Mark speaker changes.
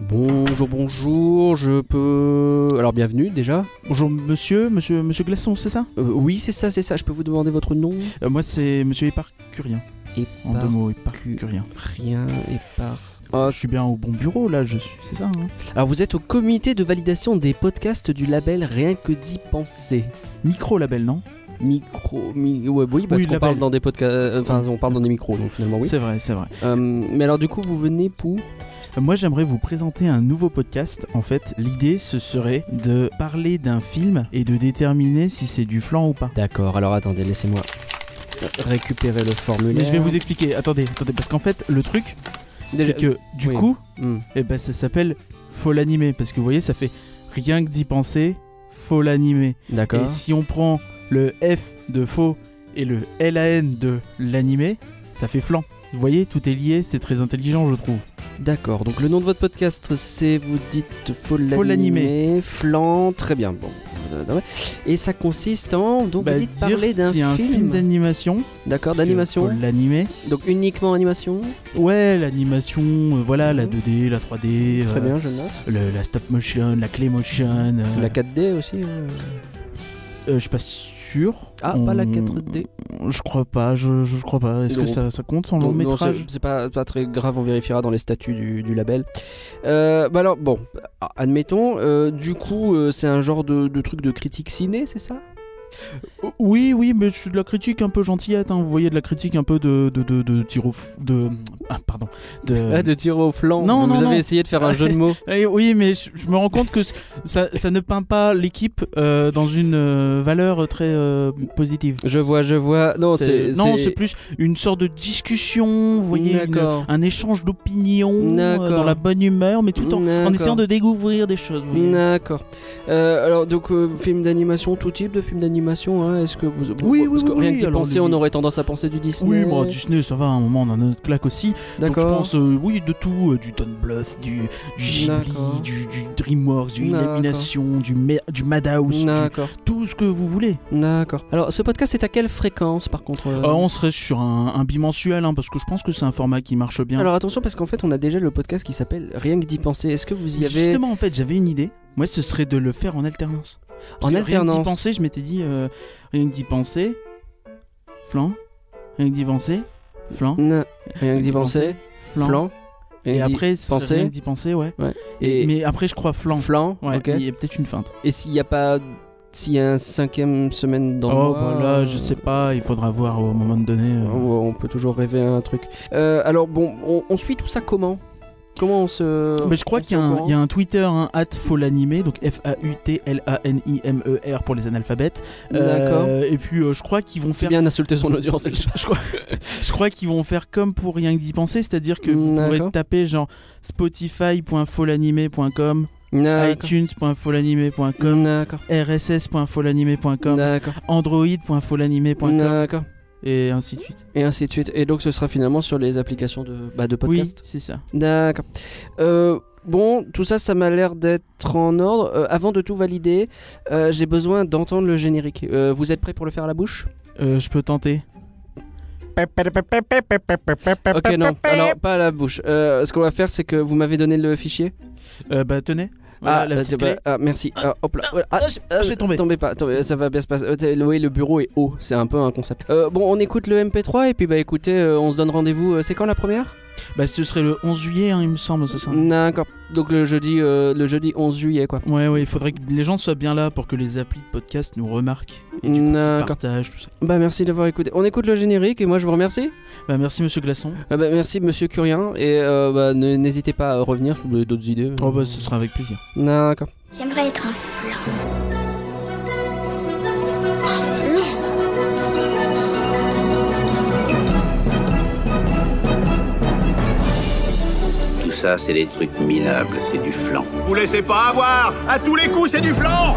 Speaker 1: Bonjour, bonjour, je peux... Alors bienvenue déjà.
Speaker 2: Bonjour monsieur, monsieur, monsieur Glaçon, c'est ça
Speaker 1: Euh, oui, c'est ça, c'est ça, je peux vous demander votre nom
Speaker 2: Euh, Moi c'est monsieur Éparcurien.
Speaker 1: Et
Speaker 2: En deux mots, Éparcurien.
Speaker 1: Rien et par... Ah,
Speaker 2: Je suis bien au bon bureau là, je suis, c'est ça hein
Speaker 1: Alors vous êtes au comité de validation des podcasts du label Rien que d'y penser.
Speaker 2: Micro label, non
Speaker 1: Micro... mi- ouais, oui, parce
Speaker 2: Oui,
Speaker 1: qu'on
Speaker 2: label.
Speaker 1: parle dans des podcasts... Enfin, on parle dans des micros, donc finalement oui.
Speaker 2: C'est vrai, c'est vrai.
Speaker 1: Euh, mais alors du coup, vous venez pour...
Speaker 2: Euh, Moi j'aimerais vous présenter un nouveau podcast. En fait, l'idée ce serait de parler d'un film et de déterminer si c'est du flan ou pas.
Speaker 1: D'accord, alors attendez, laissez-moi récupérer le formulaire.
Speaker 2: Mais je vais vous expliquer, attendez, attendez, parce qu'en fait le truc
Speaker 1: Déjà-
Speaker 2: c'est que du
Speaker 1: oui.
Speaker 2: coup,
Speaker 1: Hmm.
Speaker 2: eh ben ça s'appelle Faut l'animer, parce que vous voyez ça fait rien que d'y penser, faut l'animer.
Speaker 1: D'accord.
Speaker 2: Et si on prend le F de faux et le LAN de l'animé, ça fait flan. Vous voyez, tout est lié, c'est très intelligent, je trouve.
Speaker 1: D'accord, donc le nom de votre podcast, c'est, vous dites, Faut l'animer, Flan, très bien, bon. euh, Et ça consiste en, donc
Speaker 2: Bah,
Speaker 1: vous dites,
Speaker 2: dire
Speaker 1: parler d'un
Speaker 2: si un film,
Speaker 1: film,
Speaker 2: d'animation.
Speaker 1: d'accord,
Speaker 2: parce que
Speaker 1: d'animation,
Speaker 2: faut L'animé.
Speaker 1: donc uniquement animation,
Speaker 2: Ouais, l'animation, euh, voilà, la
Speaker 1: Mhm.
Speaker 2: 2D, la 3D,
Speaker 1: très
Speaker 2: euh,
Speaker 1: bien, je note.
Speaker 2: le- la stop motion, la clay motion. euh,
Speaker 1: La 4D aussi euh.
Speaker 2: euh, je suis pas sûr.
Speaker 1: Ah,
Speaker 2: On-
Speaker 1: pas la 4D.
Speaker 2: Je crois pas, je, je crois pas. Est-ce
Speaker 1: Non.
Speaker 2: que ça, ça compte en
Speaker 1: Non,
Speaker 2: long
Speaker 1: non, c'est,
Speaker 2: métrage
Speaker 1: c'est pas, pas très grave, on vérifiera dans les statuts du, du label. Euh, bah alors, bon, ah, admettons, euh, du coup, euh, c'est un genre de, de truc de critique ciné, c'est ça
Speaker 2: Euh, Oui, oui, mais c'est de la critique un peu gentillette. hein. Vous voyez de la critique un peu de de de de tir au f- de ah, pardon de.
Speaker 1: Ah, De tir au flanc,
Speaker 2: Non,
Speaker 1: vous
Speaker 2: non,
Speaker 1: avez
Speaker 2: non.
Speaker 1: essayé de faire un jeu de mots.
Speaker 2: Eh oui, mais je, je me rends compte que c- ça, ça ne peint pas l'équipe euh, dans une euh, valeur très euh, positive.
Speaker 1: Je vois, je vois. Non, Oh, c'est.
Speaker 2: C'est- non, c'est plus une sorte de discussion. Vous voyez, une-
Speaker 1: D'accord.
Speaker 2: un échange d'opinions euh,
Speaker 1: D'accord.
Speaker 2: dans la bonne humeur, mais tout en, en
Speaker 1: D'accord.
Speaker 2: essayant de découvrir des choses. vous voyez.
Speaker 1: D'accord. Euh, alors, donc, euh, film d'animation, tout type de film d'animation, hein, est-ce que vous.
Speaker 2: Oui,
Speaker 1: parce
Speaker 2: oui,
Speaker 1: que
Speaker 2: oui,
Speaker 1: Rien
Speaker 2: oui,
Speaker 1: que d'y
Speaker 2: alors,
Speaker 1: penser,
Speaker 2: le-
Speaker 1: on aurait tendance à penser du
Speaker 2: Oui,
Speaker 1: Disney.
Speaker 2: moi, Disney, ça va, à un moment, on a notre claque aussi. Donc je
Speaker 1: D'accord.
Speaker 2: pense, euh, oui, de tout, euh, du Don Bluth, du, du Ghibli,
Speaker 1: D'accord.
Speaker 2: du, du DreamWorks, du
Speaker 1: D'accord.
Speaker 2: Illumination, du, Mer- du Madhouse, du-
Speaker 1: D'accord.
Speaker 2: tout ce que vous voulez.
Speaker 1: D'accord. Alors, ce podcast est à quelle fréquence, par contre euh
Speaker 2: Euh, on serait sur un, un bimensuel, hein, parce que je pense que c'est un format qui marche bien.
Speaker 1: Alors, attention, parce qu'en fait, on a déjà le podcast qui s'appelle Rien que d'y penser. Est-ce que vous y avez.
Speaker 2: Justement, en fait, j'avais une idée. Moi, ce serait de le faire en alternance. Parce
Speaker 1: En
Speaker 2: que Rien
Speaker 1: alternance.
Speaker 2: que d'y penser, je m'étais dit, euh, rien que d'y penser, flan, rien que d'y penser, flan,
Speaker 1: Non. Rien que d'y penser.
Speaker 2: flan.
Speaker 1: Flan. Rien
Speaker 2: Et
Speaker 1: que d'y
Speaker 2: après, ce serait
Speaker 1: penser.
Speaker 2: rien que d'y penser, ouais.
Speaker 1: Et.
Speaker 2: Mais après, je crois flan.
Speaker 1: Flan.
Speaker 2: Ouais,
Speaker 1: ok.
Speaker 2: il y a peut-être une feinte.
Speaker 1: Et s'il n'y a pas. S'il y a un cinquième semaine dans le
Speaker 2: Oh,
Speaker 1: mois,
Speaker 2: bah là, je
Speaker 1: euh, Oh,
Speaker 2: sais pas, il faudra voir au moment donné. euh.
Speaker 1: Ouais, Hein, On peut toujours rêver à un truc. Euh, alors bon, on, on suit tout ça comment Comment on se.
Speaker 2: Mais je crois
Speaker 1: on
Speaker 2: qu'il y, a
Speaker 1: se
Speaker 2: un-
Speaker 1: rend
Speaker 2: il y a un Twitter, hein, @folanimé, donc F-A-U-T-L-A-N-I-M-E-R E pour les analphabètes.
Speaker 1: D'accord.
Speaker 2: Euh, et puis euh, je crois qu'ils vont
Speaker 1: C'est
Speaker 2: faire.
Speaker 1: bien d'insulter son audience.
Speaker 2: Je, je crois, je crois qu'ils vont faire comme pour rien que d'y penser, c'est-à-dire que vous pourrez
Speaker 1: D'accord.
Speaker 2: taper genre spotify.folanimé.com,
Speaker 1: D'accord.
Speaker 2: iTunes.folanimé.com,
Speaker 1: D'accord.
Speaker 2: rss.folanimé.com,
Speaker 1: D'accord.
Speaker 2: android.folanimé.com
Speaker 1: D'accord.
Speaker 2: et ainsi de suite.
Speaker 1: Et ainsi de suite. Et donc ce sera finalement sur les applications de, bah, de podcast.
Speaker 2: Oui, c'est ça.
Speaker 1: D'accord. Euh, bon, tout ça, ça m'a l'air d'être en ordre. Euh, avant de tout valider, euh, j'ai besoin d'entendre le générique. Euh, vous êtes prêt pour le faire à la bouche
Speaker 2: Euh, je peux tenter.
Speaker 1: Ok, non. Alors, pas à la bouche. Euh, ce qu'on va faire, c'est que vous m'avez donné le fichier.
Speaker 2: Euh, bah tenez. Voilà,
Speaker 1: ah,
Speaker 2: la
Speaker 1: euh,
Speaker 2: petite
Speaker 1: bah,
Speaker 2: clé.
Speaker 1: ah, merci. Ah, hop là. voilà. Ah,
Speaker 2: Ah, je- je vais tomber.
Speaker 1: Tombez pas, tombez, ça va bien se passer. Euh, t'es- Oui, le bureau est haut, c'est un peu un concept. Euh, bon, on écoute le MP3 et puis bah écoutez, euh, on se donne rendez-vous. euh, c'est quand la première
Speaker 2: Bah ce serait le 11 juillet, hein, il me semble, c'est ça.
Speaker 1: D'accord. Donc le jeudi, euh, le jeudi 11 juillet quoi.
Speaker 2: Ouais, ouais, il faudrait que les gens soient bien là pour que les applis de podcast nous remarquent et du coup qu'ils
Speaker 1: D'accord.
Speaker 2: partagent tout ça.
Speaker 1: Bah merci d'avoir écouté. On écoute le générique et moi je vous remercie.
Speaker 2: Bah merci Monsieur Glaçon.
Speaker 1: Ah, bah, merci Monsieur Curien et euh, bah, ne- n'hésitez pas à revenir si vous avez d'autres idées.
Speaker 2: Oh bah ce sera avec plaisir.
Speaker 1: D'accord.
Speaker 3: J'aimerais être un flan. Un flan
Speaker 4: Tout ça, c'est des trucs minables, c'est du flan.
Speaker 5: Vous laissez pas avoir À tous les coups, c'est du flanc